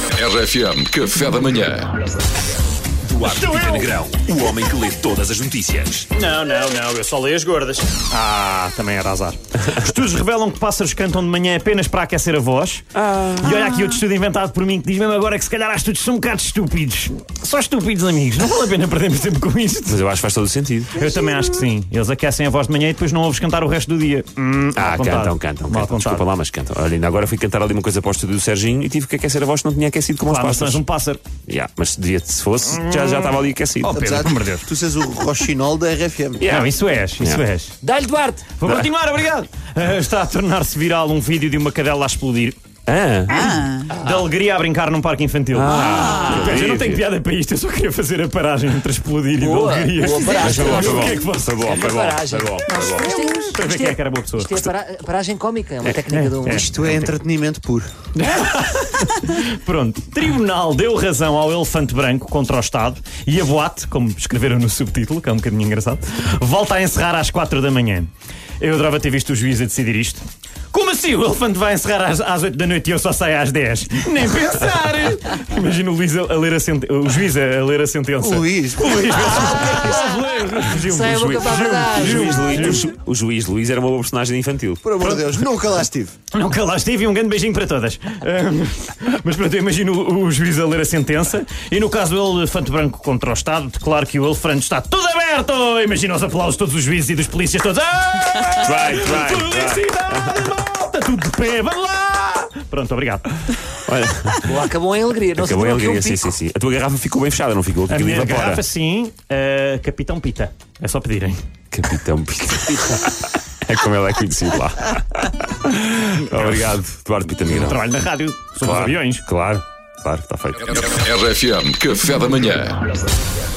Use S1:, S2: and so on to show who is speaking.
S1: RFM Café da Manhã.
S2: Duarte Pita Negrão, o homem que lê todas as notícias.
S3: Não, não, não, eu só leio as gordas.
S4: Ah, também era azar. Estudos revelam que pássaros cantam de manhã apenas para aquecer a voz. E olha aqui outro estudo inventado por mim que diz mesmo agora que se calhar há estudos que são um bocado estúpidos. Só estúpidos, amigos. Não vale a pena perdermos tempo com isto.
S2: Mas eu acho que faz todo o sentido.
S4: Eu também acho que sim. Eles aquecem a voz de manhã e depois não ouves cantar o resto do dia. Hum,
S2: Ah,
S4: mal
S2: cantam,
S4: contado.
S2: cantam,
S4: Mal
S2: cantam.
S4: contado.
S2: Desculpa lá, mas cantam. Olha, ainda agora fui cantar ali uma coisa para o estúdio do Serginho e tive que aquecer a voz que não tinha aquecido como os
S4: Pá, mas tu
S2: pássaros.
S4: és um pássaro.
S2: Yeah, mas devia, se fosse, já, já estava ali aquecido.
S4: Pedro, pelo amor de Deus.
S5: Tu seres o Rochinol da RFM.
S2: Yeah.
S4: Não, isso és, isso
S2: Yeah.
S4: és. Dá-lhe, Duarte! Vou continuar, obrigado. Ah, está a tornar-se viral um vídeo de uma cadela a explodir.
S2: Ah,
S4: De alegria a brincar num parque infantil.
S6: Ah.
S4: Ah. Pois, eu não tenho piada para isto, eu só queria fazer a paragem entre explodir e de alegria.
S6: boa paragem.
S2: Foi bom, foi
S4: o que é que
S2: bom,
S4: você
S2: foi bom, foi bom, foi bom, foi bom.
S6: Isto é-
S4: para ver
S6: isto
S4: quem é
S6: é-
S4: que era boa pessoa?
S6: isto é para- paragem cómica, é uma técnica
S4: é,
S6: de um.
S4: é.
S5: Isto é entretenimento puro.
S6: é-
S4: Pronto. Tribunal deu razão ao elefante branco contra o Estado e a boate, como escreveram no subtítulo, que é um bocadinho engraçado, volta a encerrar às 4 da manhã. Eu adorava ter visto o juiz a decidir isto. Como assim o elefante vai encerrar às, às 8 da noite e eu só saio às 10? Nem pensar! Imagina o Luís a, a ler a senten- o juiz a, a ler a sentença. Ah,
S5: Luís,
S4: Luís, fugiu,
S6: Sai a boca
S4: fugiu,
S6: para a
S2: O
S6: verdade.
S2: juiz Luís- o ju- O juiz Luís era uma boa personagem infantil.
S5: por amor de Deus, nunca lá estive.
S4: Nunca lá estive e um grande beijinho para todas. Ahm, mas pronto, eu imagino o, o juiz a ler a sentença e no caso do elefante branco contra o Estado, declaro que o elefante está tudo aberto! Imagina os aplausos de todos os juízes e dos polícias todos. Ah!
S2: Vai, vai, vai.
S4: Felicidade, malta! Tudo de pé, vamos lá! Pronto, obrigado.
S2: Olha,
S6: Boa, Acabou em alegria. Não
S2: acabou a
S6: se deu aqui
S2: alegria,
S6: um
S2: sim,
S6: pico.
S2: sim, sim. A tua garrafa ficou bem fechada, não ficou? Um
S4: A
S2: bocadinho
S4: minha
S2: evapora.
S4: garrafa, sim, ah, Capitão Pita. É só pedirem.
S2: Capitão Pita. é como ele é conhecido lá. Obrigado, Eduardo Pita Negrão.
S4: Trabalho na rádio, sou dos aviões.
S2: Claro, claro, está feito.
S1: RFM Café da Manhã.